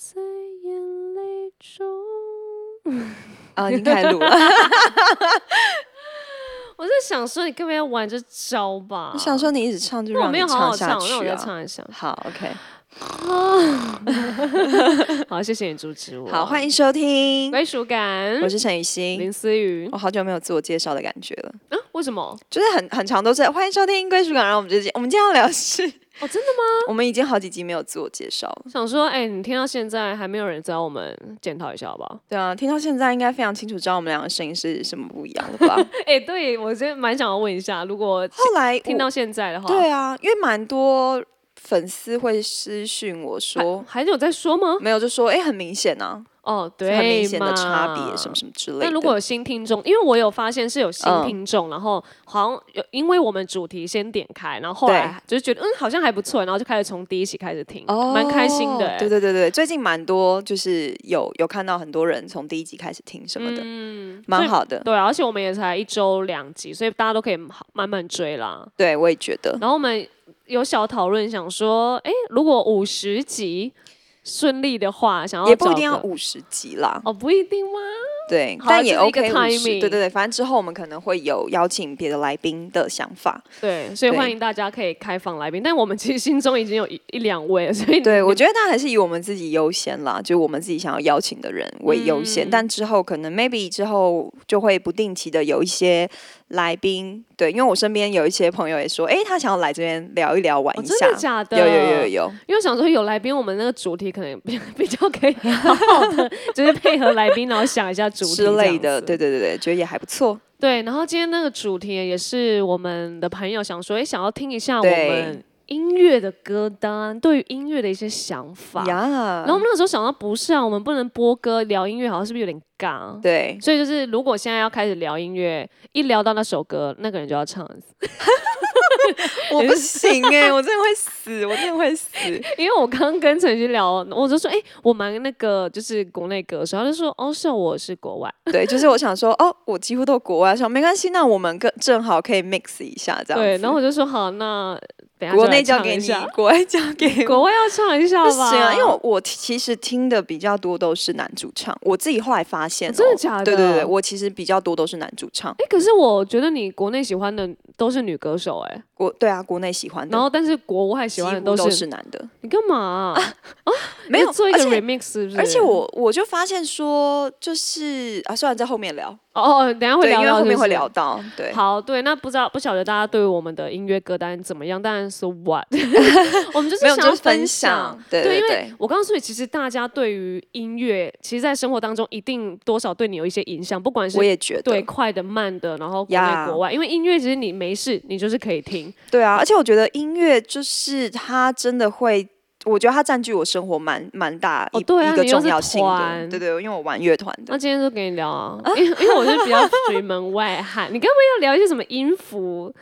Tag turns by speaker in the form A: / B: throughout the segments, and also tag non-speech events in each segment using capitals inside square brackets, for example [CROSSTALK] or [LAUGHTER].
A: 在眼泪中。
B: 啊，你开始录了。
A: [LAUGHS] 我在想说，你根本要玩这招吧？
B: 我想，说你一直唱就
A: 那我
B: 让
A: 哦没
B: 你
A: 有好好
B: 下
A: 唱，啊那我
B: 去
A: 再
B: 啊。
A: 唱一 [LAUGHS] 下。
B: 好，OK，
A: 好，谢谢你阻止我。
B: 好，欢迎收听，
A: 归属感。
B: 我是陈雨欣
A: 林。思雨
B: 我好久没有自我介绍的感觉了，
A: 啊？为什么？
B: 就是很很长都是欢迎收听归属感。然后我们这集，我们今天要聊的是，
A: 哦，真的吗？
B: 我们已经好几集没有自我介绍了。
A: 想说，哎、你听到现在还没有人知道我们检讨一下好不好？
B: 对啊，听到现在应该非常清楚知道我们两个声音是什么不一样了
A: [LAUGHS]
B: 吧？
A: [LAUGHS] 哎、对我真蛮想要问一下，如果
B: 后
A: [LAUGHS]
B: 来
A: 听
B: 我
A: 到现在的话，
B: 对啊，因为蛮多粉丝会私讯我说，
A: 还嗯有在说吗？
B: 没有就说，哎、很明显啊，
A: 哦，对，
B: 很明显的差别什么。什么之类的。
A: 那如果有新听众，因为我有发现是有新
B: 嗯
A: 听众，然后好像有因为我们主题先点开，然后后来就是觉得嗯好像还不错，然后就开始从第一期开始听，蛮、开心的、欸。
B: 哦对对对对，最近蛮多就是有有看到很多人从第一集开始听什么的，
A: 嗯，所
B: 蛮
A: 以。
B: 好的。
A: 对啊，而且我们也才一周两集，所以大家都可以好慢慢追啦。
B: [LAUGHS] 对，我也觉得。
A: 然后我们有小讨论，想说，哎，如果五十集顺利的话，想要
B: 也不
A: 找
B: 一定要
A: 个
B: 五十集啦，
A: 哦，不一定吗？
B: 对，
A: 好啊
B: 但也
A: 这是一个
B: OK 五十，
A: timing
B: 对对对，反正之后我们可能会有邀请别的来宾的想法，
A: 对，所以
B: 对
A: 欢迎大家可以开放来宾，但我们其实心中已经有一一两位了，所以
B: 对我觉得但还是以我们自己优先啦，就我们自己想要邀请的人为优先，
A: 嗯
B: 但之后可能 maybe 之后就会不定期的有一些来宾，对，因为我身边有一些朋友也说，诶，他想要来这边聊一聊玩
A: 哦
B: 一
A: 真
B: 下，
A: 的假的？
B: 有有有有，
A: 因为想说有来宾，我们那个主题可能 [LAUGHS] 比比较可以好好的， [LAUGHS] 就是配合来宾，然后想一下主题
B: 之类
A: 这样
B: 的，
A: 子
B: 对对对对，觉得也还不错。
A: 对。然后今天那个主题也是我们的朋友想说，哎，想要听一下我
B: 对
A: 们音乐的歌单，对于音乐的一些想法。
B: 呀
A: 然后我们那个时候想到，不是啊，我们不能播歌聊音乐，好像是不是有点尬？ [LAUGHS]
B: 对，
A: 所以就是，如果现在要开始聊音乐，一聊到那首歌，那个人就要
B: [LAUGHS]
A: 唱，
B: 我不 [LAUGHS] 行哎、
A: 欸
B: 我真的会死，我真的会死。
A: 因为我刚跟陈曦聊，我就说，哎、我蛮那个，就是国内歌手，他就说，哦，是哦我是国外，
B: [LAUGHS] 对，就是我想说，哦，我几乎都国外想，没关系，那我们更正好可以 mix 一下这样
A: 对，
B: 子
A: 然后我就说，好，那等一下
B: 国
A: 就来
B: 内交
A: 唱
B: 给
A: 一
B: 你
A: 下，
B: 国外交
A: [LAUGHS]
B: 给我。
A: 国外要唱一下
B: 不
A: 吧，哦
B: 行啊，因为我我其实听的比较多都是男主唱，我自己后来发现、
A: 哦
B: 哦
A: 真的假的
B: 对对对，我其实比较多都是男主唱，
A: 哎、可是我觉得你国内喜欢的都是女歌手、哎，
B: 国对啊，国内喜欢的，
A: 然后但是国外喜欢的
B: 几乎
A: 是
B: 都是男的，
A: 你干嘛啊、
B: [LAUGHS] 没有
A: 你做一个
B: 而且
A: remix 是不是？
B: 而且我我就发现说，就是啊，虽然在后面聊，
A: 哦，哦，等一下会
B: 对，
A: 聊
B: 因
A: 到，
B: 为后面
A: 是不
B: 会
A: 是
B: 聊到，对，
A: 好，对，那不知道不晓得大家对我们的音乐歌单怎么样，但是
B: [LAUGHS]
A: what，我们就是
B: 没有
A: 想要
B: 就是分
A: 享
B: 享。，对对
A: 因
B: 对
A: 为，我告诉你，其实大家对于音乐，其实，在生活当中一定多少对你有一些影响，不管是
B: 我也觉得，
A: 对快的、慢的，然后国内
B: 呀
A: 国外因为音乐其实你没事，你就是可以
B: [LAUGHS]
A: 听。
B: 对啊，而且我觉得音乐就是它真的会。我觉得它占据我生活蛮蛮大一、
A: 哦对啊
B: 一个
A: 你又
B: 重
A: 是
B: 要性
A: 团
B: 的，对对，因为我玩乐团的
A: 那，今天就给你聊啊， [LAUGHS] 因为因为我是比较属于门外汉，你该不会要聊一些什么音符？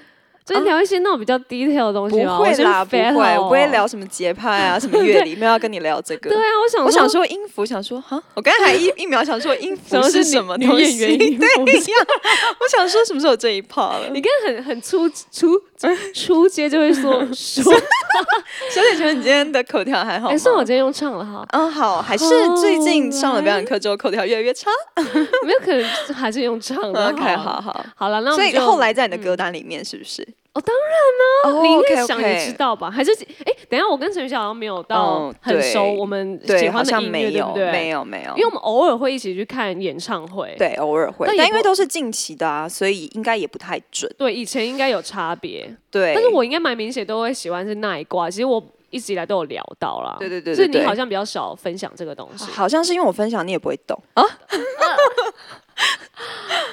A: 就是聊一些那种比较 detail 的东
B: 不
A: 西吗？
B: 会
A: 嗯哦我先
B: 啦，不
A: fail 哦
B: 会，我不会聊什么节拍
A: [LAUGHS]
B: 啊，什么乐理，没有要跟你聊这个
A: 对。啊，我想
B: 我想说音符，想说哈，我刚才还一一秒想说音
A: 什
B: 符
A: 么是
B: 是
A: 女
B: 什么
A: 女
B: 东
A: 演
B: 西，
A: 员音符
B: [LAUGHS] 对呀，我想说什么时候有这一
A: [LAUGHS]
B: 趴了？
A: 你刚才很很粗粗粗接就会说
B: [LAUGHS]
A: 说，
B: 小姐觉得你今天的口条还好
A: 哎，
B: 吗？
A: 算我今天用唱了哈，
B: 嗯，好，还是最近上了表演课之后口条越来越差。
A: 没有可能还是用唱
B: [LAUGHS]
A: 的。
B: 嗯 OK，好，好。
A: 好哦了，那我
B: 所
A: 们
B: 以
A: 就嗯
B: 后来在你的歌单里面是不是？
A: 哦当
B: 然啦
A: 你应该
B: o
A: 想也知道吧？还是哎，等一下我跟陈宇晓好像没有到
B: 嗯
A: 很
B: 对
A: 熟，我们喜
B: 对，好
A: 欢的
B: 像
A: 音
B: 没
A: 乐对
B: 有
A: 不，
B: 没
A: 对？
B: 有，没有
A: 因为。我们偶尔会一起去看演唱会，
B: 对，偶尔会
A: 但，也
B: 但因为
A: 不
B: 都是近期的啊，所以应该也不太准。
A: 对，以前应该有差别，
B: 对，
A: 但是我应该蛮明显都会喜欢是那一挂。其实我一直以来都有聊到啦，
B: 对对对对
A: 所以你
B: 对
A: 好像比较少分享这个东
B: [LAUGHS]
A: 西。
B: 好像是因为我分享你也不会懂。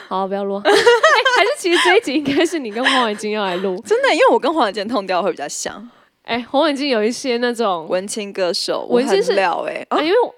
A: 好，不要录。哎 [LAUGHS] 还是其实这一集应该是你跟黄伟金要来录。
B: 真的，因为我跟黄伟健痛调会比较像，
A: 哎、黄伟金有一些那种，
B: 文青歌手，
A: 文青
B: 我
A: 是
B: 很料哎、
A: 啊、因为我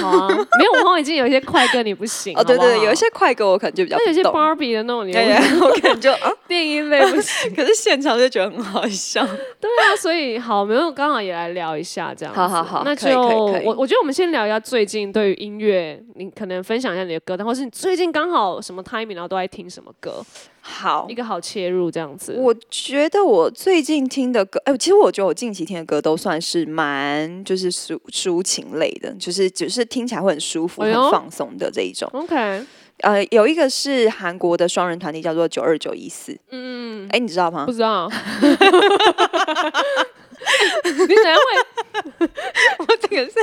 A: 好啊，没有黄伟金有一些快歌你不行。
B: 哦，对对
A: 好不
B: 对，
A: 好
B: 有一些快歌我可能就比较
A: 那有
B: 不
A: 些
B: 懂，哎
A: Barbie 的那种，你
B: 对
A: 也不
B: 对，我可能就啊， [LAUGHS]
A: 电音类不行。
B: 可是现场就觉得很好笑。
A: [LAUGHS] 对啊，所以好，没有刚好也来聊一下这样子。
B: 好好好
A: 那
B: 可以
A: 就
B: 可以可以
A: 我我觉得我们先聊一下最近对于音乐，你可能分享一下你的歌单，或是你最近刚好什么 timing，然后都在听什么歌。
B: 好
A: 一，个好切入这样子。
B: 我觉得我最近听的歌，哎、其实我觉得我近期听的歌都算是蛮就是抒抒情类的，就是只、是听起来会很舒服、
A: 哎
B: 很
A: 呦
B: 放松的这一种。
A: OK，
B: 呃，有一个是韩国的双人团体，叫做九二九一四。
A: 嗯，
B: 哎，你知道吗
A: 不？知道。你怎样会？
B: [LAUGHS] 我这个 [LAUGHS] 是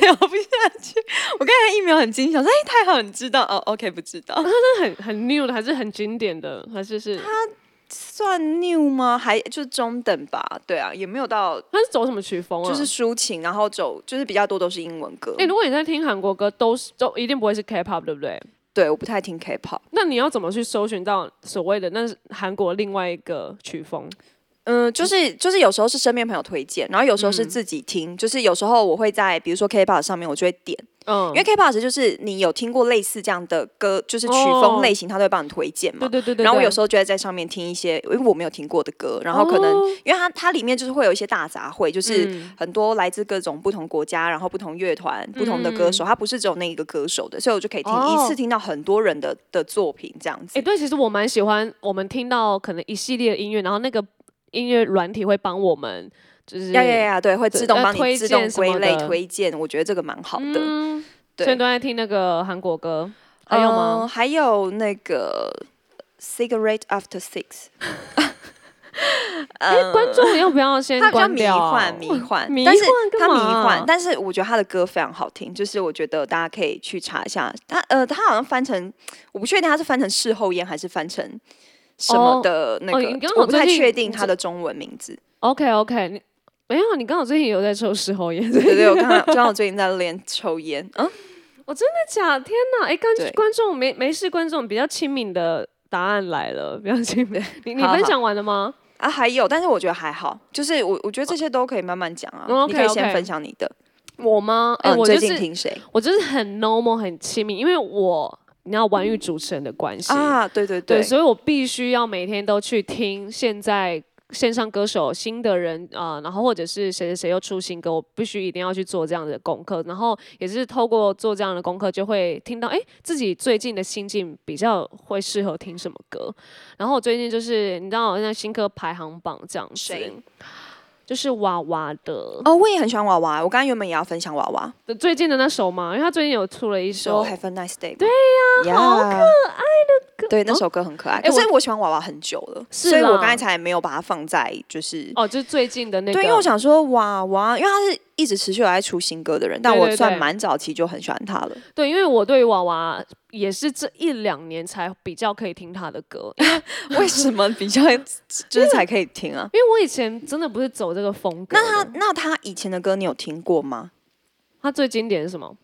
B: 聊不下去。我刚才一秒很惊，想说，哎，太好，你知道哦？OK，不知道，
A: 那很很 new 的，还是很经典的，还是是？他
B: [LAUGHS] 算 new 吗？还就是中等吧。对啊，也没有到
A: 是走什么曲风啊？
B: 就是抒情，然后走就是比较多都是英文歌。
A: 哎、如果你在听韩国歌，都是都一定不会是 K-pop，对不对？
B: 对，我不太听 K-pop。
A: 那你要怎么去搜寻到所谓的那是韩国另外一个曲风？
B: 嗯，就是就是有时候是身边朋友推荐，然后有时候
A: 嗯
B: 是自己听，就是有时候我会在比如说 K-pop 上面，我就会点，
A: 嗯，
B: 因为 K-pop 其实就是你有听过类似这样的歌，就是曲风
A: 哦
B: 类型，他都会帮你推荐嘛
A: 对。对对对
B: 然后我有
A: 对
B: 时候就会在上面听一些，因为我没有听过的歌，然后可能、
A: 哦
B: 因为它它里面就是会有一些大杂烩，就是
A: 嗯
B: 很多来自各种不同国家，然后不同乐团、不同的歌手，它不是只有那一个歌手的，所以我就可以听、一
A: 嗯哦
B: 次听到很多人的的作品这样子。
A: 哎、对，其实我蛮喜欢我们听到可能一系列的音乐，然后那个音乐软体会帮我们就是
B: 呀呀呀！对，会自动
A: 呃
B: 帮你
A: 推
B: 自动
A: 荐什
B: 归
A: 么
B: 类
A: 的
B: 推荐，我觉得这个蛮好的。
A: 嗯，所以
B: 对
A: 你都在听那个韩国歌，还有
B: 呃
A: 吗？
B: 还有那个 Cigarette After Six，
A: 哎、观众要不要先
B: 呃它比较
A: 关
B: 迷
A: 掉啊、
B: 幻，迷幻，
A: 迷
B: 但是
A: 幻干
B: 它迷
A: 嘛
B: 幻，但是我觉得他的歌非常好听，就是我觉得大家可以去查一下。他呃，他好像翻成，我不确定他是翻成事后烟还是翻成什么
A: 哦
B: 的那
A: 哦
B: 个，
A: 你刚好
B: 我不太
A: 最近
B: 确定
A: 你
B: 他
A: 这
B: 的中文名字。
A: OK OK，你没有，你刚好最近有在抽石猴烟，
B: 对对
A: [LAUGHS]
B: 对，我刚好刚好最近在练抽烟，嗯，
A: 假天哪！哎、观
B: 对
A: 观众没没事，观众比较亲民的答案来了，比较亲民。你你
B: 好
A: 分
B: 好
A: 享完了吗？
B: 啊，还有，但是我觉得还好，就是我我觉得这些都可以慢慢讲啊。
A: 嗯
B: 你可以先
A: OK，OK
B: 分享你的，
A: 我吗？哎、
B: 嗯，
A: 我
B: 最
A: 就
B: 近
A: 是
B: 听谁
A: 我就是很 normal 很亲民，因为我你知道玩与主持人的关系，
B: 嗯啊？对对
A: 对，
B: 对，
A: 所以我必须要每天都去听现在。线上歌手新的人啊、呃然后或者是谁谁谁又出新歌，我必须一定要去做这样的功课，然后也是透过做这样的功课，就会听到哎自己最近的心境比较会适合听什么歌。然后我最近就是你知道那新歌排行榜这样子
B: 谁，
A: 就是娃娃的、
B: 哦，我也很喜欢娃娃，我刚刚原本也要分享娃娃，
A: 最近的那首嘛，因为他最近有出了一首
B: 说 Have a nice day。对呀、好可爱的歌。对，那首歌很可爱，
A: 哎
B: 可是
A: 我
B: 我喜欢娃娃很久了，
A: 是
B: 所以我
A: 啦
B: 刚才才没有把它放在就是。
A: 哦，就是最近的那个，
B: 对，因为我想说娃娃，因为他是一直持续有在出新歌的人，但
A: 对
B: 我
A: 对
B: 算
A: 对
B: 蛮早期就很喜欢他了。
A: 对，因为我对于娃娃也是这一两年才比较可以听他的歌，因为
B: 为什么比较 [LAUGHS] 就是才可以听啊？
A: 因为我以前真的不是走这个风格的。
B: 那他那他以前的歌你有听过吗？
A: 他最经典是什么？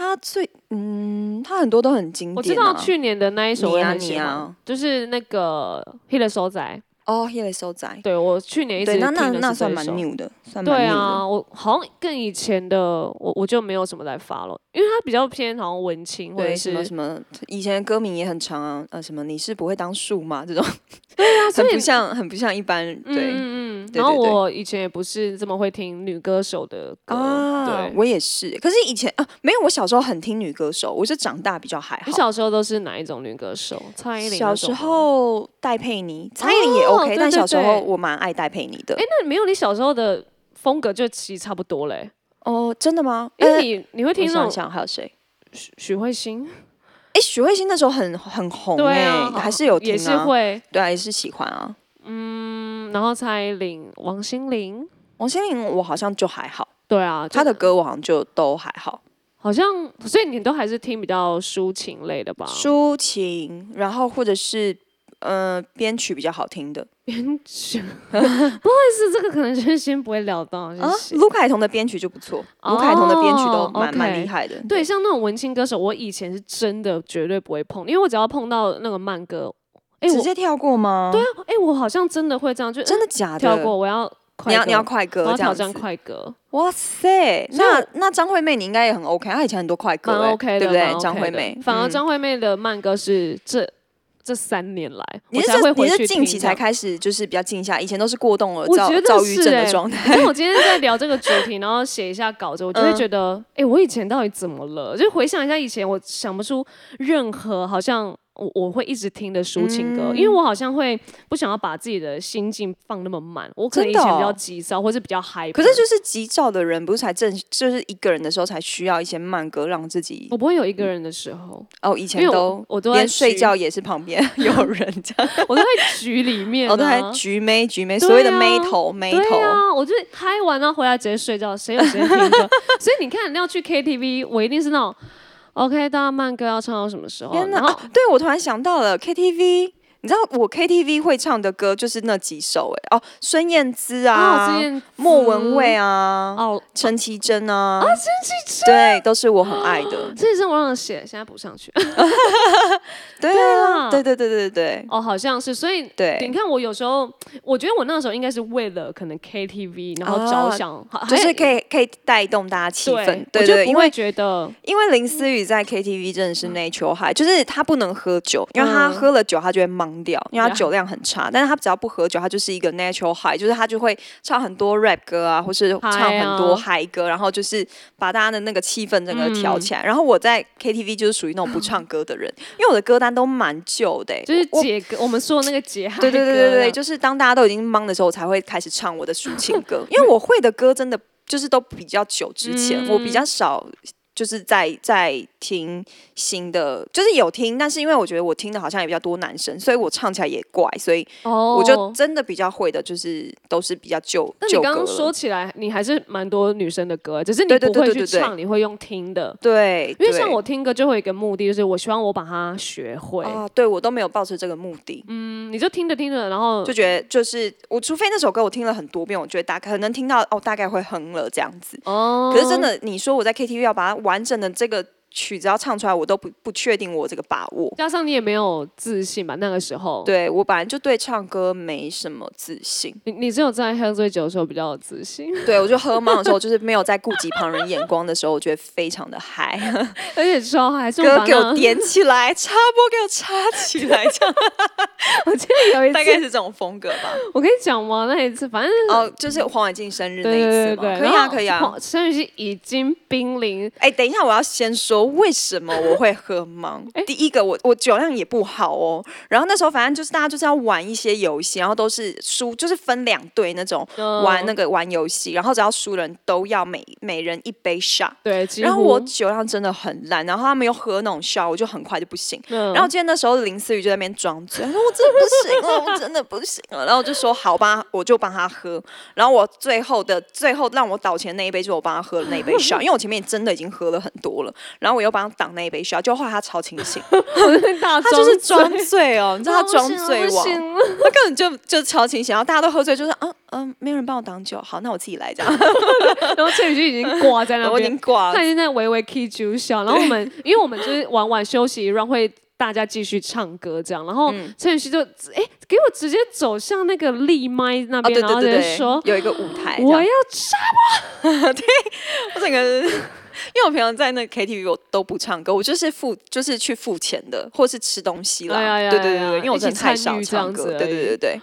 B: 他最嗯，他很多都很经典、啊。
A: 我知道去年的那一首我
B: 你
A: 也
B: 啊
A: 很喜
B: 你
A: 欢，
B: 啊
A: 就是那个《黑的收仔》。
B: 哦，《夜来收窄》
A: 对我去年一直
B: 对，
A: 听
B: 那
A: 的
B: 那
A: 是
B: 那
A: 这
B: 算
A: 一
B: 蛮
A: 首
B: new 的，算蛮
A: 对
B: new 的。
A: 啊，我好像更以前的我我就没有什么在发了，因为他比较偏好像文青或者
B: 对，什
A: 是
B: 么什么，以前的歌名也很长啊，呃，什么你是不会当树吗？这种
A: [LAUGHS] 对啊，所
B: [LAUGHS] 很
A: 以
B: 不像，很不像一般人。
A: 嗯
B: 对、
A: 嗯嗯。
B: 对
A: 然后
B: 对对
A: 我以前也不是这么会听女歌手的歌，
B: 啊，
A: 对。
B: 我也是。可是以前啊，没有，我小时候很听女歌手，我是长大比较还
A: 你
B: 好。
A: 小时候都是哪一种女歌手？蔡依林
B: 小
A: 那种
B: 时
A: 吗
B: 候戴佩妮，蔡依林也
A: 哦
B: OK，、
A: 对
B: 但
A: 对
B: 小时候
A: 对
B: 我蛮爱戴佩妮的。
A: 哎、那没有你小时候的风格就其实差不多嘞、
B: 哦，真的吗？
A: 因
B: 呃
A: 为你、你会
B: 我
A: 听那
B: 想
A: 种
B: 想还有谁？
A: 许许慧欣，
B: 哎，许慧欣那时候很很红
A: 对
B: 哎、
A: 啊，
B: 还是有听啊，
A: 也是会，
B: 对啊，也是喜欢啊。
A: 嗯，然后蔡依林、王心凌，
B: 王心凌我好像就还好，
A: 对啊，就
B: 她的歌我好像就都还好，
A: 好像，所以你都还是听比较抒情类的吧？
B: 抒情，然后或者是呃编曲比较好听的
A: 编
B: [LAUGHS]
A: 曲，不好意思，这个可能先先不会聊到，谢
B: 啊，
A: 谢。
B: 卢凯彤的编曲就不错，卢凯彤的编曲都蛮蛮厉害的，
A: 哦对，像那种文青歌手，我以前是真的绝对不会碰，因为我只要碰到那个慢歌，哎、
B: 直
A: 我
B: 接跳过吗？对啊，
A: 哎、我好像真的会这样，就
B: 真
A: 的
B: 的假的？
A: 跳过，，我要快
B: 你要
A: 歌
B: 你要快
A: 我
B: 歌
A: 要
B: 这
A: 挑
B: 样
A: 战
B: 子，
A: 快歌，
B: 哇塞，
A: 所以
B: 那那张惠妹你应该也很 OK，她以前很多快歌、
A: 蛮
B: 欸
A: OK 的，
B: 对不对
A: 蛮？OK
B: 张惠
A: 的
B: 妹，
A: 反而
B: 嗯
A: 张惠妹的慢歌是这这三年来，
B: 你
A: 我
B: 是
A: 才会
B: 这你
A: 回去
B: 是近
A: 听
B: 期
A: 这
B: 才
A: 样。
B: 开始就是比较静下，以前都是过动儿
A: 我
B: 躁
A: 觉得
B: 躁郁
A: 是
B: 症的
A: 欸
B: 状
A: [LAUGHS]
B: 态。
A: 但我今天在聊这个主题，然后写一下稿子，我就会
B: 嗯
A: 觉得，哎、我以前到底怎么了？就回想一下以前，我想不出任何好像我我会一直听的抒情歌，
B: 嗯
A: 因为我好像会不想要把自己的心境放那么满，我可能以
B: 真的
A: 前比较
B: 哦
A: 急躁，或是比较嗨。
B: 可是就是急躁的人，不是才正就是一个人的时候才需要一些慢歌让自己
A: 我不会有一个人的时候，
B: 哦，以前
A: 因为
B: 都
A: 我我都在
B: 连睡
A: 局
B: 觉也是旁
A: [LAUGHS]
B: 边有人这样，
A: 我都在局里面、啊，
B: [LAUGHS] 我都还局妹局妹，所
A: 对
B: 谓的
A: 啊
B: 妹头妹
A: 对
B: 头，
A: 啊，我就是嗨完然后回来直接睡觉，谁有时间听歌？ [LAUGHS] 所以你看，要去 KTV，我一定是那种 OK，大家慢歌要唱到什么时候？
B: 天哪！
A: 哦然后、
B: 啊对，我突然想到了 KTV。你知道我 KTV 会唱的歌就是那几首哎、哦，孙燕姿
A: 啊，
B: 啊，
A: 这件
B: 莫文蔚啊，
A: 哦，。
B: 陈绮贞啊，啊，陈绮贞，对，都是我很爱的
A: 这件事我忘了写，现在补上
B: [LAUGHS]
A: 去。
B: 对啊，对对对对对
A: 哦，好像是，所以。你
B: 对，
A: 看，我有时候，我觉得我那时候应该是为了可能 KTV，然后着
B: 啊
A: 想，好
B: 就是
A: 还
B: 可以可以带动大家气
A: 哎对
B: 氛，
A: 我
B: 对
A: 就
B: 对，
A: 不
B: 因
A: 会
B: 为
A: 觉得
B: 因为林思雨在 KTV 真的是内求海，就是她不能喝酒，因为她
A: 嗯啊
B: 喝了酒她就会懵掉，因为她
A: 呀
B: 酒量很差。但是她只要不喝酒，她就是一个 natural high，就是她就会唱很多 rap 歌啊，或是唱
A: 嗨
B: 很多
A: 啊
B: 嗨歌，然后就是把大家的那个气氛整个调
A: 嗯
B: 起来。然后我在 KTV 就是属于那种不唱歌的人，因为我的歌单都蛮旧的、欸，
A: 就是
B: 我
A: 解歌，我们说的那个解嗨
B: [LAUGHS] 对对对
A: 歌
B: 对对，
A: 啦
B: 就是当大家都已经忙的时候，我才会开始唱我的抒情歌，因为我会的歌真的就是都比较久之前，我
A: 嗯
B: 比较少。就是在在听新的，就是有听，但是因为我觉得我听的好像也比较多男生，所以我唱起来也怪，所以
A: 哦，
B: 我就真的比较会的，就是都是比较旧
A: 那你
B: 旧歌
A: 刚刚
B: 了。
A: 说起来，你还是蛮多女生的歌，只是你
B: 对对
A: 不会
B: 对
A: 去
B: 对对
A: 唱，你会用听的。
B: 对，
A: 因为
B: 对
A: 像我听歌就会有一个目的，就是我希望我把它学会。
B: 啊，对我都没有抱持这个目的，
A: 嗯，你就听着听着，然后
B: 就觉得就是我，除非那首歌我听了很多遍，我觉得大概可能听到哦，大概会哼了这样子。
A: 哦，
B: 可是真的，你说我在 KTV 要把它完整的这个曲子要唱出来，我都不不确定我这个把握。
A: 加上你也没有自信吧？那个时候，
B: 对我本来就对唱歌没什么自信，
A: 你你只有在喝醉酒的时候比较有自信， [LAUGHS]
B: 对我就喝懵的时候，就是没有在顾及旁人眼光的时候，我觉得非常的嗨，
A: 而且说还是我
B: 歌
A: 把
B: 给我
A: 那
B: 点起来，插播给我插起来，
A: [LAUGHS]
B: 这样
A: 我记得有一
B: 大概
A: 次，
B: 是这种风格吧。
A: 我跟你讲吗？那一次，反正
B: 哦，就是黄伟晋生日那
A: 对
B: 一
A: 对
B: 次
A: 对
B: 嘛，
A: 对，
B: 可以啊，可以啊。。
A: 生日是已经濒临
B: 哎、等一下，我要先说为什么我会喝忙。
A: 哎
B: 第一个，我我酒量也不好哦。然后那时候反正就是大家就是要玩一些游戏，然后都是输，就是分两队那种、嗯玩那
A: 个
B: 个玩游戏，然后只要输人都要每每人一杯 shot。
A: 对，几
B: 然后
A: 乎
B: 我酒量真的很烂，然后他们又喝那种 shot，我就很快就不行。
A: 嗯
B: 然后今天那时候林思雨就在那边装醉，她说我真的不行了，我真的不行了。然后我就说好吧，我就帮他喝。然后我最后的最后让我倒钱那一杯，就是我帮他喝的那一杯 shot，因为我前面真的已经喝了很多了。然后我又帮他挡那一杯 shot，就后来他超清醒，
A: 大
B: 他就是装
A: 醉
B: 醉哦，你知道他装醉
A: 不
B: 王，
A: 行了
B: 他根本嗯就就超清醒。然后大家都喝醉，就是嗯嗯，没有人帮我挡酒，好，那我自己
A: [LAUGHS]
B: 来这样。
A: 然后陈宇就已经挂在那
B: [LAUGHS] 我已
A: 边
B: 经，
A: [LAUGHS]
B: 挂
A: 他
B: 了，
A: 已经在微微 K 九笑。然后我们，因为我们就是晚晚休息一 round 会。大家继续唱歌，这样，然后
B: 嗯
A: 陈宇希就哎、给我直接走向那个立麦那
B: 哦
A: 边，
B: 对
A: 然后
B: 对
A: 直
B: 对
A: 接
B: 对，
A: 说
B: 有一个舞台，
A: 我要
B: 我整个人，因为我平常在那 KTV 我都不唱歌，我就是付就是去付钱的，或是吃东西啦。
A: 哎呀呀
B: 对对
A: 呀
B: 对
A: 呀
B: 对，因为我真的太少
A: 一起参
B: 唱
A: 与这样子
B: 歌。
A: 而已
B: 对对对对，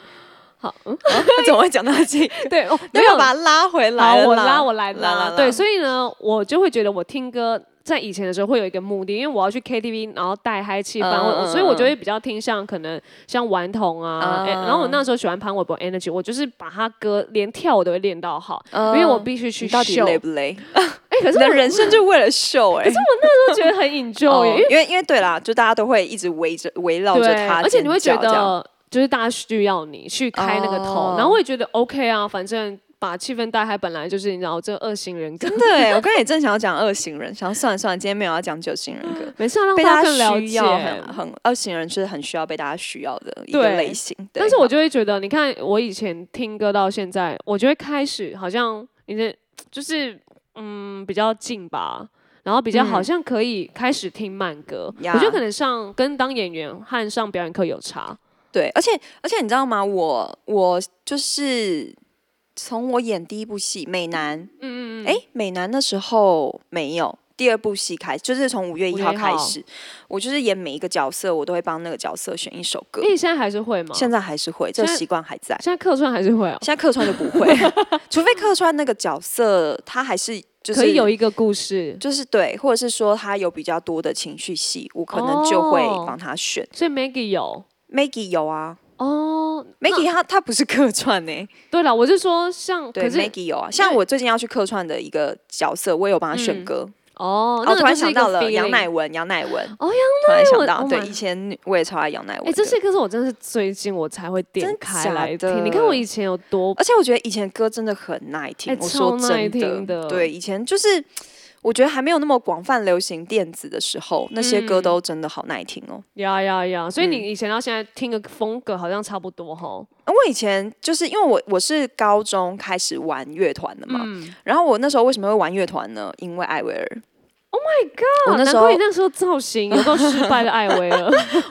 A: 好，
B: [LAUGHS]
A: 嗯，
B: 啊怎么会讲到这里？ [LAUGHS]
A: 对 [LAUGHS] 哦，
B: 没有把它拉回来
A: 好，
B: 了
A: 我
B: 啦
A: 拉我来拉
B: 拉
A: 啦
B: 拉
A: 对，
B: 拉
A: 所以呢，我就会觉得我听歌在以前的时候会有一个目的，因为我要去 KTV，然后带嗨气氛，
B: 嗯
A: 我
B: 嗯
A: 所以我
B: 嗯
A: 就会比较听像可能像顽童啊、
B: 嗯
A: 哎然后我那时候喜欢潘玮柏 Energy，我就是把他歌连跳我都会练到好，
B: 嗯
A: 因为我必须去
B: 你到底
A: 秀。
B: 累不累？
A: 哎、可
B: 你
A: 是
B: 的
A: 我
B: 人生就为了秀哎、
A: 就觉得很 enjoy，、
B: 哦
A: 因为
B: 因为因为对啦，就大家都会一直围着围绕着
A: 对，
B: 他，
A: 而且你会觉
B: 尖叫这样
A: 得就是大家需要你去开那个头，
B: 哦
A: 然后我也觉得 OK 啊，反正把气氛带嗨本来就是你知道这恶行人格，
B: 真的哎、我刚才也正想要讲二型人，想算了算了，今天没有要讲九型人格。
A: [LAUGHS] 没事啊让
B: 被
A: 大家
B: 大
A: 更
B: 家
A: 了
B: 需
A: 解，
B: 要很很二型人是很需要被大家需要的一个
A: 对
B: 类型，对
A: 但是我就会觉得，你看我以前听歌到现在，我就会开始好像你的就是嗯比较近吧，然后比较好
B: 嗯
A: 像可以开始听慢歌。
B: 呀
A: 我觉得可能上跟当演员和上表演课有差。
B: 对，而且而且你知道吗？我我就是从我演第一部戏《美男》，
A: 嗯嗯嗯，
B: 哎、美男那时候没有。第二部戏开就是从五月一号
A: 5月1
B: 开
A: 号
B: 始，我就是演每一个角色，我都会帮那个角色选一首歌
A: 那。你现在还是会吗？
B: 呃现在还是会，这
A: 现在
B: 习惯还在。
A: 现在客串还是会哦。 [LAUGHS]
B: 现在客串就不会，除非客串那个角色他还是就是
A: 可以有一个故事，
B: 就是对，或者是说他有比较多的情绪戏，我可能就会
A: 哦
B: 帮他选。
A: 所以 Maggie 有
B: Maggie 有啊
A: 哦。
B: ，Maggie 他他不是客串呢、
A: 对了，我是说像，可
B: 对
A: 是
B: ，Maggie 有啊。像我最近要去客串的一个角色，我也有帮他选
A: 嗯
B: 歌。
A: 哦，
B: 哦，
A: 那
B: 我
A: 个
B: 突然
A: 就是
B: 想
A: 一个
B: 到了
A: feeling
B: 杨乃文，杨乃文。
A: 哦
B: 突然想
A: 文
B: 到，
A: ，Oh
B: 对，
A: my
B: 以前我也超爱杨乃文
A: 哎、
B: 的。
A: 这些歌是我真的是最近我才会点
B: 真
A: 开
B: 假
A: 来
B: 的
A: 听。你看我以前有多
B: 而且我觉得以前歌真的很耐听，
A: 哎
B: 我
A: 超
B: 说
A: 耐
B: 真
A: 听的
B: 对，以前就是我觉得还没有那么广泛流行电子的时候，那些歌
A: 嗯
B: 都真的好耐听哦。
A: 呀呀呀！所以你
B: 嗯
A: 以前到现在听的风格好像差不多哈。
B: 我以前就是因为我我是高中开始玩乐团的嘛，
A: 嗯
B: 然后我那时候为什么会玩乐团呢？因为艾薇儿。Oh my god！我那
A: 难
B: 时候
A: 怪你那时候造型有够失败的艾薇
B: [LAUGHS]
A: 儿，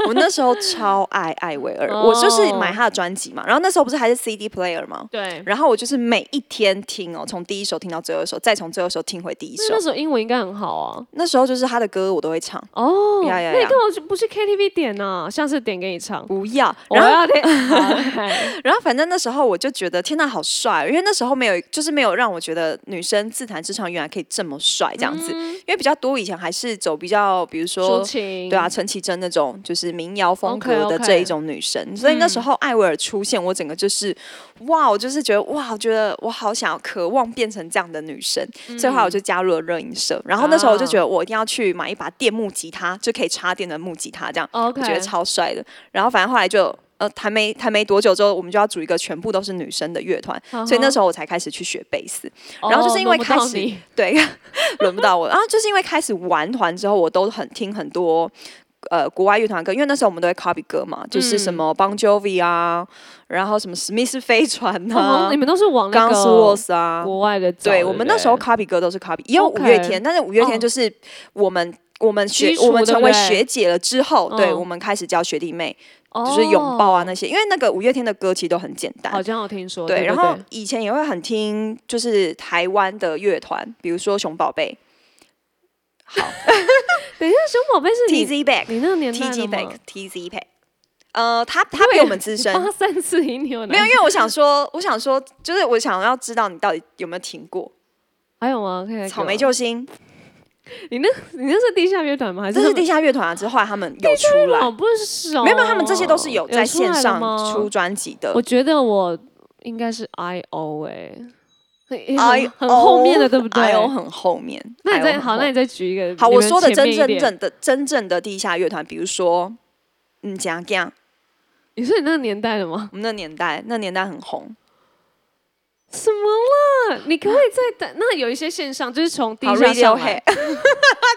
B: 我那时候超爱艾薇儿，
A: 哦
B: 我就是买她的专辑嘛，然后那时候不是还是 CD player 吗？
A: 对。
B: 然后我就是每一天听哦，从第一首听到最后一首，再从最后一首听回第一
A: [LAUGHS] 那
B: 首
A: 那。时候英文应该很好啊。
B: 那时候就是她的歌我都会唱，
A: 哦，
B: 呀呀
A: 那你
B: 呀
A: 干嘛就不去 KTV 点呢、下次点给你唱。
B: 不要。
A: 我
B: 然后
A: 要听。
B: [LAUGHS]
A: 哎
B: 然后反正那时候我就觉得天呐好帅，因为那时候没有就是没有让我觉得女生自弹自唱原来可以这么帅这样子，因为比较多以前还是走比较比如
A: 嗯抒
B: 说。
A: 情。
B: 对啊，，陈绮贞那种就是民谣风格
A: OK，OK 嗯
B: 的这一种女生所以那时候艾薇儿出现，我整个就是哇，我就是觉得哇，我觉得我好想要渴望变成这样的女生，
A: 嗯
B: 所以后来我就加入了热音社，然后那时候
A: 啊
B: 我就觉得我一定要去买一把电木吉他，就可以插电的木吉他这样。
A: OK，
B: 我觉得超帅的。然后反正后来就呃谈没谈没多久之后，我们就要组一个全部都是女生的乐团，所以那时
A: 候，
B: 候我才开始去学贝斯。然后就是因
A: 哦
B: 为
A: 轮不到
B: 开始
A: 你 [LAUGHS]
B: 对， [LAUGHS] 轮不到我。然后就是因为开始玩团之后，我都很听很多。呃，国外乐团歌，因为那时候我们都会 copy 歌嘛，就是
A: 嗯
B: 什么 Bon Jovi 啊，然后什么史密斯飞船
A: 哦
B: 啊
A: 你们都是往那
B: g u n s n
A: 个
B: Roses 啊，
A: 国外的走。
B: 对
A: 不
B: 我们那时候 copy 歌都是 copy，也有五
A: OK
B: 月天，但是五月
A: 哦
B: 天就是我们、我们学
A: 基础
B: 我们
A: 对
B: 成
A: 不
B: 为
A: 对
B: 学姐了之后，对
A: 嗯
B: 我们开始教学弟妹，
A: 哦
B: 就是拥抱啊那些，因为那个五月天的歌其实都很简单
A: 好。像有听说。
B: 对，
A: 对，
B: 然后
A: 对
B: 以前也会很听，就是台湾的乐团，比如说熊宝贝、
A: 等一下，熊宝贝是你
B: TZ Back、
A: 你那个年代的
B: TZ
A: 吗
B: Back、？TZ Back。呃，他他比我们资深，
A: 八三四一，你有
B: 没有？因为我想说，我想说，就是我想要知道你到底有没有听过
A: 还有吗？可以来给
B: 草
A: 我
B: 莓救星，
A: 你那，你那是地下乐团吗？还是
B: 这
A: 他
B: 是
A: 们
B: 地下乐团啊。之后后来他们有出来，
A: 哦，不是哦，
B: 没有没有，他们这些都是有在
A: 出来
B: 线
A: 了
B: 上
A: 吗
B: 出。专辑的
A: 我。觉得我应该是 I O 哎，很很
B: I
A: 很后面的，对不
B: I
A: 对？
B: O 很后面。
A: 那
B: IO
A: 你再
B: 很
A: 好，
B: 后
A: 那你再举一个。
B: 好，
A: 你
B: 我
A: 们
B: 说的
A: 前
B: 真
A: 面一点，
B: 正正的真正的地下乐团，比如说，嗯，讲讲
A: 你是你那个年代的吗？ [LAUGHS]
B: 我们那年代，那年代很红。
A: 什么啦？你可不可以再等？那有一些线上就是从地
B: 好
A: 下上来
B: ，Radiohead，，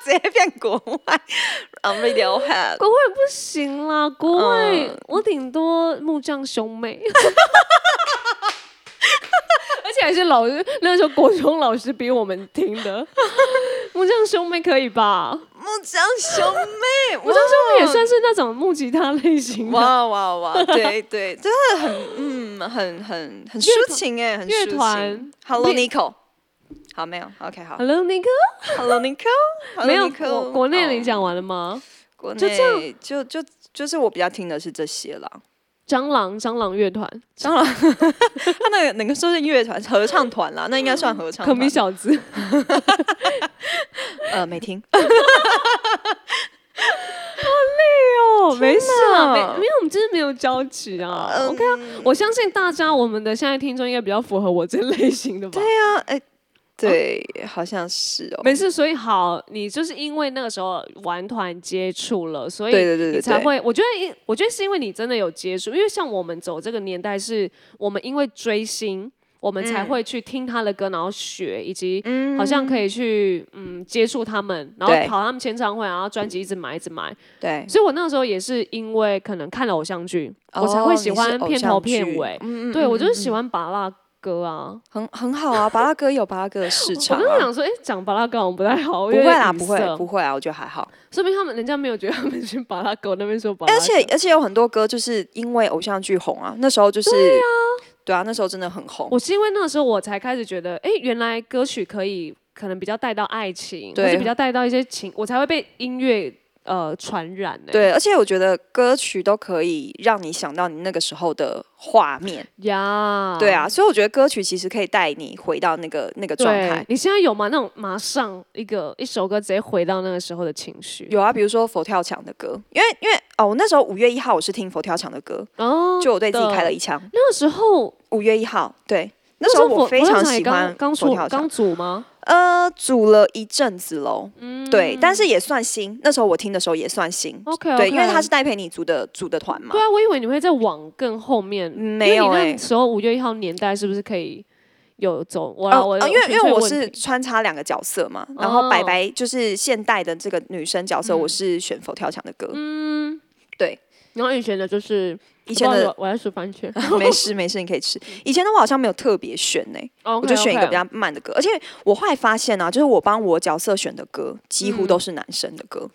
B: 直 [LAUGHS] 接变国外。啊 r a d i o h e a d
A: 国外不行啦，国外
B: 嗯
A: 我顶多木匠兄
B: [LAUGHS]
A: 妹。而且还是老师那时候国中老师逼我们听的，木匠兄妹可以吧？
B: 木匠兄妹，
A: 木匠兄妹也算是那种木吉他类型的
B: 哇哇哇，对对，真的很嗯，很很很抒情哎，很
A: 乐
B: 抒情
A: 团。
B: Hello
A: 你
B: Nico，好没有？OK 好
A: Hello，那个
B: ，Hello Nico，
A: 没有
B: Hello, Nico
A: 国国内你
B: 哦
A: 讲完了吗？
B: 国
A: 就这样
B: 内就就就是我比较听的是这些啦。
A: 蟑螂蟑螂乐团，
B: 蟑螂，他那个那个说是乐团合唱团啦，那应该算合唱
A: 可
B: 团。
A: 米小
B: [LAUGHS]
A: 子，
B: 呃，没听。
A: 哦， [LAUGHS] 没事啊，没
B: 天哪
A: 没有，我们就是没有交集啊。
B: 嗯
A: OK 啊，我相信大家我们的现在听众应该比较符合我这类型的吧。
B: 对啊，哎、对，好像是哦。
A: 没事，所以好，你就是因为那个时候玩团接触了，所以
B: 对对对对
A: 你才
B: 对
A: 会，我觉得因，我觉得是因为你真的有接触，因为像我们走这个年代，是我们因为追星，我们才
B: 嗯
A: 会去听他的歌，然后学，以及
B: 嗯
A: 好像可以去嗯接触他们，然后
B: 对
A: 跑他们签唱会，然后专辑一直买一直买。
B: 对，
A: 所以我那个时候也是因为可能看了偶像剧，我才会喜欢片头片尾。
B: 嗯
A: 对我就是
B: 欢，
A: 喜欢巴拉歌啊。
B: 很很好啊。巴拉哥有巴拉哥的市
A: 我
B: 场、
A: 刚刚
B: 啊。
A: 想说，哎、讲巴拉歌好像不太好，
B: 不
A: 有
B: 会
A: 点
B: 啦，
A: 语
B: 不会，
A: 塞
B: 不会啊，我觉得还好。
A: 说明他们人家没有觉得他们是巴拉狗那边说巴拉狗，
B: 而且呃而且有很多歌就是因为偶像剧红啊，那时候就是对啊，那时候真的很红。
A: 我是因为那个时候我才开始觉得，哎、原来歌曲可以可能比较带到爱情，或
B: 对
A: 是比较带到一些情，我才会被音乐呃传染哎、
B: 对，而且我觉得歌曲都可以让你想到你那个时候的画面，
A: 呀
B: 对啊，，所以我觉得歌曲其实可以带你回到那个那个状
A: 对
B: 态，。
A: 你现在有吗？那种马上一个一首歌直接回到那个时候的情绪，
B: 有啊，比如说佛跳墙的歌，因为因为哦，我那时候五月一号我是听佛跳墙的歌，
A: 哦，
B: 就我对自己
A: 的
B: 开了一枪。
A: 那个时候
B: 五月一号，对，那时候我非常喜欢
A: 刚
B: 佛
A: 出
B: 跳墙
A: 刚，组吗？
B: 呃，组了一阵子喽，
A: 嗯
B: 对，但是也算新，那时候我听的时候也算新
A: 哦 OK，
B: 对，因为他是戴佩妮组的组的团嘛
A: 对，啊，我以为你会再往更后面，因为
B: 没有
A: 你那
B: 欸
A: 时候五月一号年代是不是可以有走？我啊
B: 呃
A: 我
B: 呃因为因为
A: 纯粹
B: 我
A: 问
B: 是
A: 题
B: 穿插两个角色嘛，然后白白就是现代的这个女生角色，
A: 嗯
B: 我是选佛跳墙的歌，
A: 然后以前的就是
B: 以前的
A: 我不知道我我在数番茄，
B: [LAUGHS] 没事没事，你可以吃，以前的我好像没有特别选呢，
A: 我
B: 我就选一个比较慢的歌，而且我后来发现啊，就是我帮我角色选的歌几乎
A: 嗯
B: 都是男生的歌，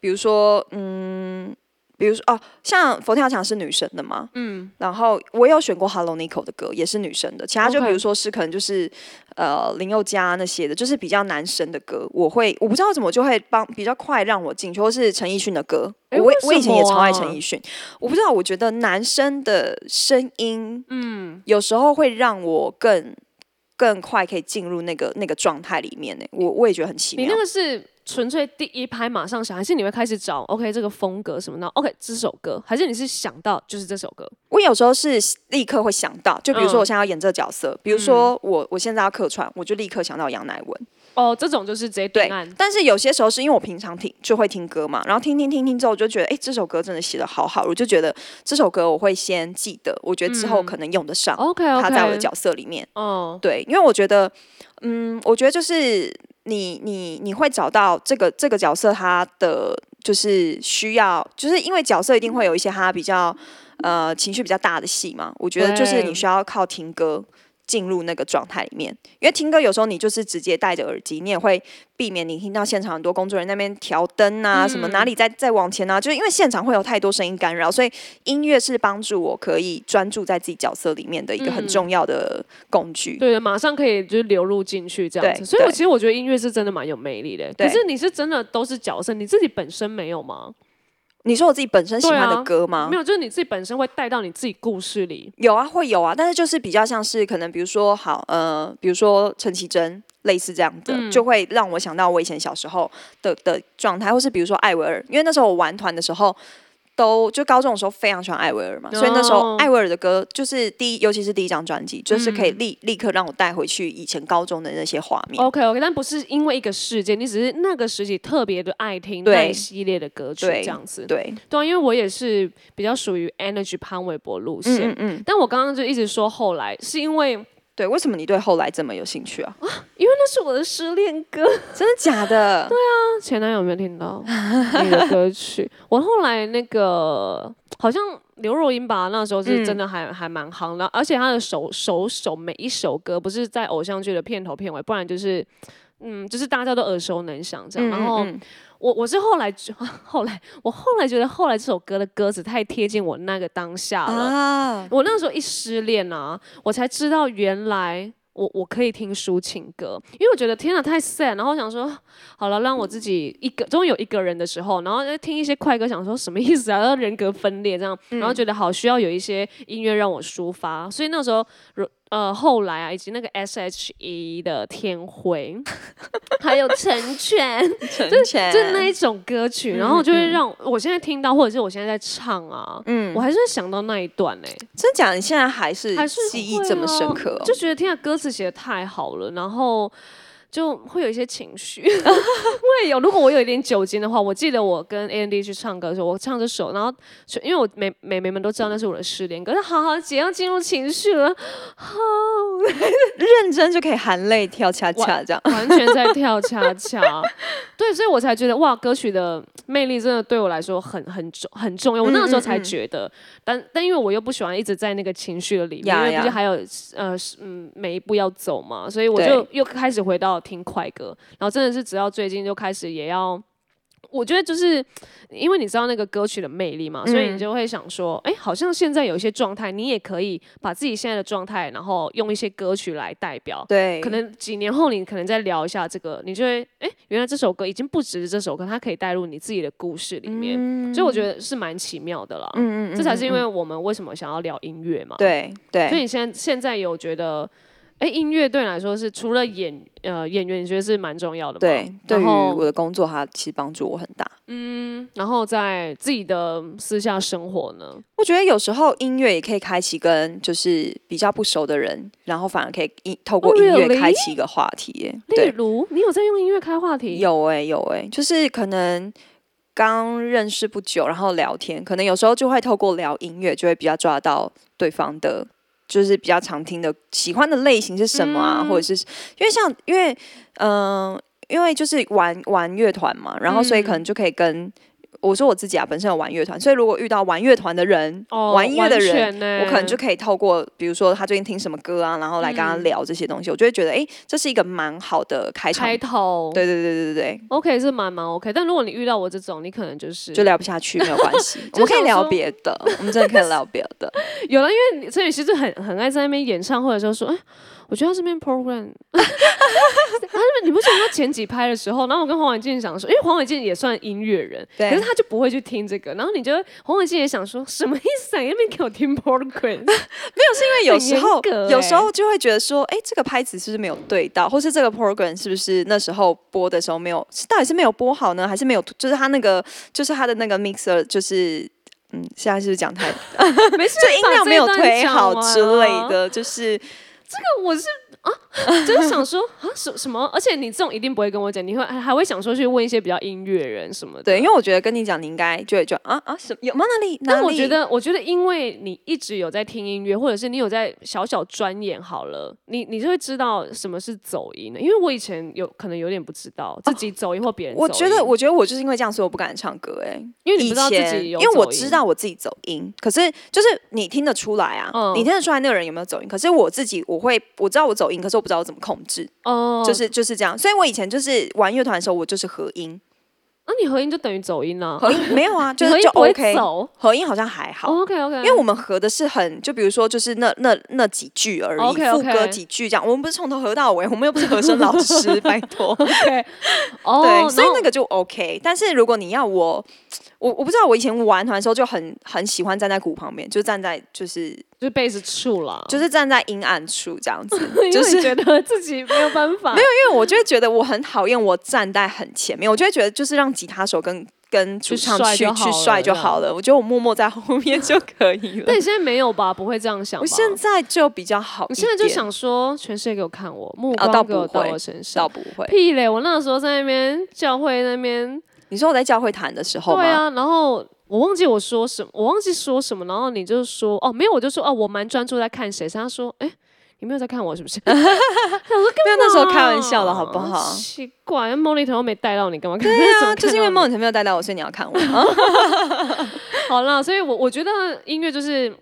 B: 比如说，嗯，比如说哦，像佛跳墙是女生的嘛，嗯，然后我有选过 Hello Nico 的歌，也是女生的，其他就
A: OK
B: 比如说是可能就是呃林宥嘉那些的，就是比较男生的歌，我会我不知道怎么就会帮比较快让我进去，或是陈奕迅的歌，
A: 诶
B: 我
A: 为
B: 我以
A: 什
B: 前也
A: 么
B: 超爱陈
A: 啊
B: 奕迅，我不知道，我觉得男生的声音，嗯，有时候会让我更更快可以进入那个那个状态里面呢、欸我我也觉得很奇
A: 你
B: 妙
A: 那。个是纯粹第一拍马上想，还是你会开始找 OK 这个风格什么的？OK 哦这首歌，还是你是想到就是这首歌？
B: 我有时候是立刻会想到，就比如说
A: 嗯
B: 我现在要演这个角色，比如说我我现在要客串，我就立刻想到杨乃文。
A: 哦，这种就是直接
B: 对
A: 定案，
B: 但是有些时候是因为我平常听就会听歌嘛，然后听听听听之后，我就觉得哎、诶这首歌真的写的好好，我就觉得这首歌我会先记得，我觉得之后可能用得上，
A: OK 嗯哦 OK，
B: 它在我的角色里面。
A: 哦，
B: 对，因为我觉得，嗯，我觉得就是你你你会找到这个这个角色他的就是需要，就是因为角色一定会有一些他比较呃情绪比较大的戏嘛，我觉得就是
A: 对
B: 你需要靠听歌。进入那个状态里面，因为听歌有时候你就是直接戴着耳机，你也会避免你听到现场很多工作人员那边调灯啊，什么哪
A: 嗯
B: 里在在往前啊，就是因为现场会有太多声音干扰，所以音乐是帮助我可以专注在自己角色里面的一个很
A: 嗯
B: 重要的工具。
A: 对的，马上可以就是流入进去这样子。
B: 对
A: 所以我
B: 对
A: 其实我觉得音乐是真的蛮有魅力的。可
B: 对
A: 是你是真的都是角色，你自己本身没有吗？
B: 你说我自己本身喜欢的歌吗？
A: 啊没有，就是你自己本身会带到你自己故事里。
B: 有啊，会有啊，但是就是比较像是可能，比如说好，呃，比如说陈绮贞类似这样的，
A: 嗯
B: 就会让我想到我以前小时候的的状态，或是比如说艾薇儿，因为那时候我玩团的时候。都就高中的时候非常喜欢艾薇儿嘛，
A: 哦
B: 所以那时候艾薇儿的歌就是第一，尤其是第一张专辑，就是
A: 嗯
B: 可以立立刻让我带回去以前高中的那些画面。
A: OK OK，但不是因为一个事件，你只是那个时期特别的爱听
B: 对
A: 那一系列的歌曲
B: 对
A: 这样子。
B: 对，
A: 对啊，因为我也是比较属于 Energy 潘玮柏路线。
B: 嗯嗯嗯，
A: 但我刚刚就一直说后来，是因为
B: 对。为什么你对后来这么有兴趣啊？
A: 因为那是我的失恋歌，
B: 真的假的？
A: [LAUGHS]
B: 对，
A: 前男友没有听到你的歌
B: [LAUGHS]
A: 曲。我后来那个好像刘若英吧，那时候
B: 嗯
A: 是真的还、还蛮夯的，而且她的首首首每一首歌不是在偶像剧的片头片尾，不然就是嗯，就是大家都耳熟能详这样。啊然后
B: 嗯
A: 我我是后来 [LAUGHS] 后来我后来觉得后来这首歌的歌词太贴近我那个当下了，
B: 啊，
A: 我那时候一失恋啊，我才知道原来我我可以听抒情歌，因为我觉得天哪太 sad，然后我想说好了，让我自己一个终于有一个人的时候，然后就听一些快歌，想说什么意思啊？要人格分裂这样，然后觉得好需要有一些音乐让我抒发，所以那时候如呃后来啊，以及那个 S H E 的天灰， [LAUGHS] 还有成全，
B: 成
A: [LAUGHS] [LAUGHS]
B: 全
A: 就那一种歌曲，然后就会让我现在听到，或者是我现在在唱啊，
B: 嗯
A: 我还是会想到那一段欸呢、
B: 真假的？你现在还是
A: 还是
B: 记忆
A: 会
B: 这么深
A: 哦
B: 刻、哦？
A: 就觉得天啊，歌词写的太好了，然后就会有一些情绪。 [LAUGHS] 我也有，如果我有一点酒精的话，我记得我跟 Andy 去唱歌的时候，我唱这首，然后就因为我妹妹妹们都知道那是我的失恋歌，那好好姐要进入情绪了，好，
B: 认真就可以含泪跳恰恰这样。
A: 完全在跳恰恰。对，所以我才觉得哇，歌曲的魅力真的对我来说很很重很重
B: 嗯
A: 要。我那个时候才觉得，但但因为我又不喜欢一直在那个情绪的里面，
B: 呀
A: 因为毕竟
B: 呀
A: 还有呃是嗯每一步要走嘛，所以我
B: 对
A: 就又开始回到听快歌，然后真的是直到最近就开始也要。我觉得就是因为你知道那个歌曲的魅力嘛，
B: 嗯
A: 所以你就会想说，哎、好像现在有一些状态，你也可以把自己现在的状态，然后用一些歌曲来代表，
B: 对，
A: 可能几年后你可能再聊一下这个，你就会哎、诶原来这首歌已经不只是这首歌，它可以带入你自己的故事里面，
B: 嗯
A: 所以我觉得是蛮奇妙的啦。
B: 嗯嗯嗯，
A: 这才是因为
B: 嗯
A: 我们为什么想要聊音乐嘛。
B: 嗯。对
A: 所以
B: 对，
A: 你现在现在有觉得，哎、音乐对你来说是除了演呃演员，你觉得是蛮重要的吗？
B: 对，对于
A: 然后
B: 我的工作，它其实帮助我很大。
A: 然后在自己的私下生活呢，
B: 我觉得有时候音乐也可以开启跟就是比较不熟的人，然后反而可以音透过
A: Oh,
B: 音乐
A: really？
B: 开启一个话题耶。
A: 例
B: 对，
A: 如你有在用音乐开话题？
B: 有哎、有哎、就是可能刚认识不久，然后聊天，可能有时候就会透过聊音乐，就会比较抓到对方的。就是比较常听的喜欢的类型是什么啊，
A: 嗯
B: 或者是因为像因为嗯、因为就是玩玩乐团嘛，然后所以可
A: 嗯
B: 能就可以跟、我说我自己啊，本身有玩乐团，所以如果遇到玩乐团的人，
A: 哦，
B: 玩音乐的人，
A: 完全欸呢
B: 我可能就可以透过，比如说他最近听什么歌啊，然后来跟他
A: 嗯
B: 聊这些东西，我就会觉得，哎、这是一个蛮好的开场。
A: 开头，
B: 对对对对对
A: OK 是蛮蛮 OK，但如果你遇到我这种，你可能就是
B: 对，就聊不下去没有关系，
A: [LAUGHS]
B: 我
A: 就
B: 们可以
A: 想
B: 聊
A: 说
B: 别的，我们真的可以聊别
A: [LAUGHS]
B: 的。
A: 有了，因为你陈雨希就很很爱在那边演唱会的时候说，哎、我觉得他这边 program，他 [LAUGHS] 那边你不觉得他前几拍的时候，然后我跟黄伟健想说，因为黄伟健也算音乐人，
B: 对
A: 可是他就不会去听这个，然后你就会黄伟健也想说，什么意思啊？你那边给我听
B: [LAUGHS]
A: program，
B: 因为有时候
A: 很严格，
B: 有时
A: 欸
B: 候就会觉得说，哎、这个拍子是不是没有对到，或是这个 program 是不是那时候播的时候没有，是到底是没有播好呢，还是没有，就是他那个，就是他的那个 mixer，就是。嗯，现在是不是
A: [LAUGHS]
B: 讲太
A: 没事，
B: 就音
A: 把
B: 量
A: 这
B: 没
A: 一
B: 有
A: 段
B: 推
A: 讲
B: 好
A: 完
B: 之类
A: 啊
B: 的？就是
A: 那我是啊，就是
B: [LAUGHS]
A: 想说啊什什么，而且你这种一定不会跟我讲，你会还还会想说去问一些比较音乐人什么的。
B: 对，因为我觉得跟你讲，你应该就会觉得啊啊什么有吗？哪里？哪
A: 但
B: 里？
A: 我觉得，我觉得，因为你一直有在听音乐，或者是你有在小小钻研好了，你你就会知道什么是走音的。因为我以前有可能有点不知道自己走音或别人走音，
B: 我觉得，我觉得我就是因为这样，所以我不敢唱歌、欸。
A: 因为你
B: 以
A: 不知道自
B: 前
A: 己有
B: 因为我
A: 走音
B: 知道我自己走音，可是就是你听得出来啊，
A: 嗯
B: 你听得出来那个人有没有走音。可是我自己，我会我知道我走音，可是我不知道我怎么控制，
A: 哦，
B: 就是就是这样。所以我以前就是玩乐团的时候，我就是合音，
A: [LAUGHS] 那、你合音就等于走音了、
B: 合音没有啊，就
A: 你合
B: 是
A: 音
B: 就
A: 不会
B: OK，
A: 走。哦
B: 合音好像还好。
A: OK OK，
B: 因为我们合的是很，就比如说就是那那那几句而已
A: OK，OK
B: 副歌几句这样，我们不是从头合到尾，我们又不是和声
A: [LAUGHS]
B: 老师，拜托。
A: OK，哦，
B: [LAUGHS] 对，所
A: 然
B: 以
A: 后
B: 那个就 OK。但是如果你要我，我我不知道，我以前玩团的时候就很很喜欢站在鼓旁边，就站在就是
A: 就被子处了，
B: 就是站在阴暗处这样子， [LAUGHS] 就
A: 因为
B: 是
A: 你觉得自己没有办
B: [LAUGHS]
A: 法，没有
B: 因为我就会觉得我很讨厌我站在很前面，我就会觉得就是让吉他手跟跟主唱
A: 去帅
B: 去
A: 就好
B: 去帅
A: 了
B: 就好了，我觉得我默默在后面就可以了
A: 但。你现在没有吧？不会这样想吧。
B: 我现在就比较好一
A: 你
B: 点，
A: 现在就想说，全世界给我看我，目
B: 啊倒
A: 光
B: 不
A: 给我到
B: 会
A: 我身上。
B: 倒不会。
A: [LAUGHS] 屁嘞！我那时候在那边教会那边，
B: 你说我在教会弹的时候吗？
A: 对啊，然后我忘记我说什么，我忘记说什么，然后你就说哦，没有，我就说哦，我蛮专注在看谁，他说哎。你没有在看我是不
B: [LAUGHS]
A: 是？没有
B: 没有那时候开玩
A: 啊
B: 笑的好不好？
A: 奇怪，Monitor 都没带到你，干嘛看？对 [LAUGHS]
B: 啊，就是因为梦辰没有带到我，所以你要看我。啊
A: 好啦，所以我我觉得音乐就是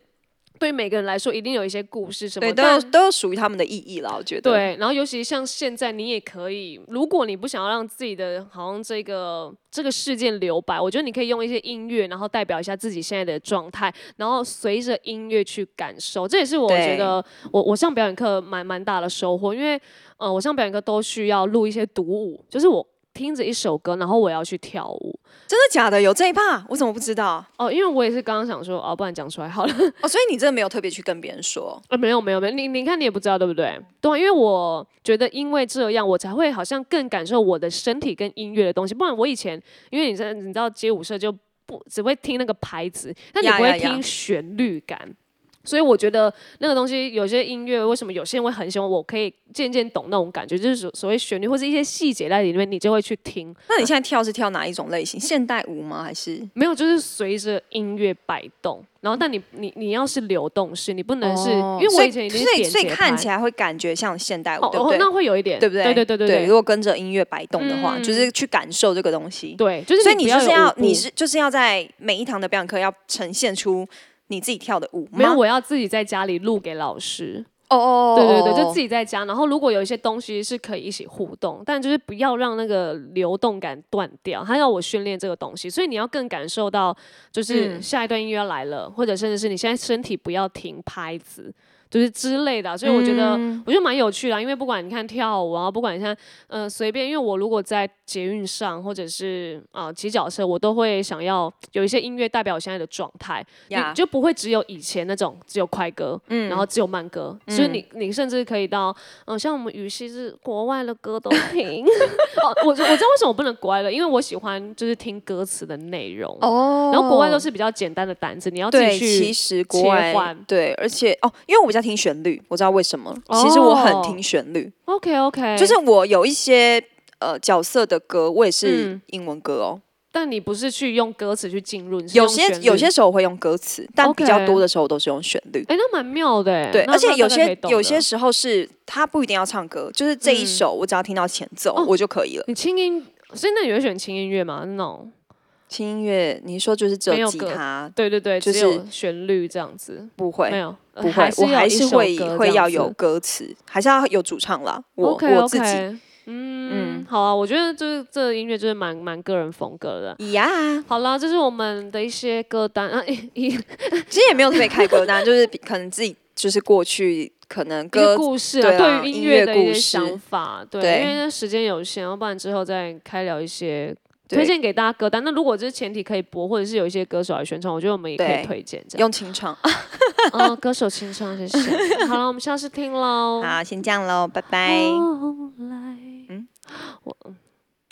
A: 对每个人来说一定有一些故事什么，
B: 对，都
A: 但
B: 有都有属于他们的意义啦，我觉得。
A: 对，然后尤其像现在，你也可以，如果你不想要让自己的好像这个这个事件留白，我觉得你可以用一些音乐，然后代表一下自己现在的状态，然后随着音乐去感受。这也是我
B: 对
A: 觉得我我上表演课蛮蛮大的收获，因为呃，我上表演课都需要录一些独舞，就是我听着一首歌，然后我要去跳舞。
B: 真的假的？有这一趴，我怎么不知道？
A: 哦，因为我也是刚刚想说，哦，不然讲出来好了。
B: 哦，所以你真的没有特别去跟别人说。
A: 啊，没有没有没有，你你看你也不知道对不对？对啊、因为我觉得因为这样，我才会好像更感受我的身体跟音乐的东西。不然我以前，因为你知道你知道街舞社就不只会听那个拍子，但你
B: 呀
A: 不
B: 呀
A: 会
B: 呀
A: 听旋律感。所以我觉得那个东西，有些音乐为什么有些人会很喜欢，我可以渐渐懂那种感觉，就是所所谓旋律或是一些细节在里面，你就会去听。
B: 那你现在跳是跳哪一种类型？现代舞吗？还是
A: 没有，就是随着音乐摆动，然后但你你你要是流动式，你不能是、
B: 哦
A: 因为
B: 所
A: 我
B: 以
A: 以前已经是
B: 所以
A: 点
B: 所以
A: 节
B: 看
A: 拍
B: 起来会感觉像现代舞，
A: 哦
B: 对不
A: 哦，
B: 对？
A: 那会有一点，
B: 对不对？
A: 对对对对
B: 如果跟着音乐摆动的话，就是去感受这个东西。
A: 对，就是
B: 所以你
A: 不
B: 就是
A: 有
B: 要
A: 舞步
B: 你是就是要在每一堂的表演课要呈现出你自己跳的舞吗？
A: 没有，我要自己在家里录给老师。
B: 哦哦，
A: 对对对，就自
B: 己。
A: 己在家。然后如果有一些东西是可以一起互动，但就是不要让那个流动感断掉。他要我训练这个东西，所以你要更感受到，就是
B: 嗯
A: 下一段音乐要来了，或者甚至是你现在身体不要停拍子。就是之类的啊、所以我觉得、
B: 嗯
A: 我觉得蛮有趣的啊、因为不管你看跳舞啊，不管你看呃随便，因为我如果在捷运上或者是啊、呃骑脚车，我都会想要有一些音乐代表我现在的状态，你
B: 呀
A: 就不会只有以前那种只有快歌，
B: 嗯
A: 然后只有慢歌，所以你你甚至可以到嗯、呃像我们语系是国外的歌都听。 [LAUGHS] 哦，我我知道为什么我不能国外了，因为我喜欢就是听歌词的内容。
B: 哦
A: 然后国外都是比较简单的单词，你要自
B: 对，
A: 己
B: 其
A: 去。
B: 实国
A: 切
B: 外
A: 换
B: 对，而且哦，因为我比较听旋律，我知道为什么。其实我很
A: 哦
B: 听旋律，
A: OK OK，
B: 就是我有一些呃角色的歌，我也是
A: 嗯
B: 英文歌哦。
A: 但你不是去用歌词去进入，你是
B: 有
A: 用
B: 些
A: 旋律
B: 有些时候我会用歌词，但比较
A: OK
B: 多的时候我都是用旋律。
A: 哎，那蛮妙的哎。
B: 对，
A: 那
B: 而且
A: 那
B: 有
A: 大概可以
B: 些
A: 懂
B: 有
A: 的
B: 些时候是他不一定要唱歌，就是这一
A: 嗯
B: 首我只要听到前奏
A: 哦
B: 我就可以了。
A: 你轻音，所以那你会选轻音乐吗？那种
B: 轻音乐，你说就是只
A: 没
B: 有
A: 有
B: 吉
A: 歌
B: 他
A: 对对对，
B: 就
A: 只
B: 是
A: 有旋律这样子，
B: 不会
A: 没有呃
B: 不会，我
A: 要
B: 还
A: 一
B: 是
A: 首
B: 会
A: 歌
B: 会
A: 这
B: 要
A: 样子
B: 有歌词，还是要有主唱啦。我
A: OK，
B: 我自
A: OK 嗯，好啊，我觉得就是这个音乐就是蛮蛮个人风格的。 [LAUGHS]
B: 己呀，
A: 好啦，这是我们的一些歌单啊，一一
B: 其实也没有特别开歌单，就是比可能自己就是过去可能
A: 一些
B: 歌
A: 故事啊，
B: 对啊
A: 对于音
B: 音乐
A: 乐的一
B: 故
A: 些
B: 事
A: 想法，对，
B: 对
A: 因为那时间有限，要不然之后再开聊一些
B: 对
A: 推荐给大家歌单。那如果这是前提可以播，或者是有一些歌手来宣传，我觉得我们也可
B: 对
A: 以推荐这样。
B: 用清唱。
A: 嗯，歌手清唱，谢
B: [LAUGHS]
A: 谢。好了，我们下次听喽。
B: 好，先这样喽，拜拜。
A: 后来，
B: 嗯
A: 嗯，我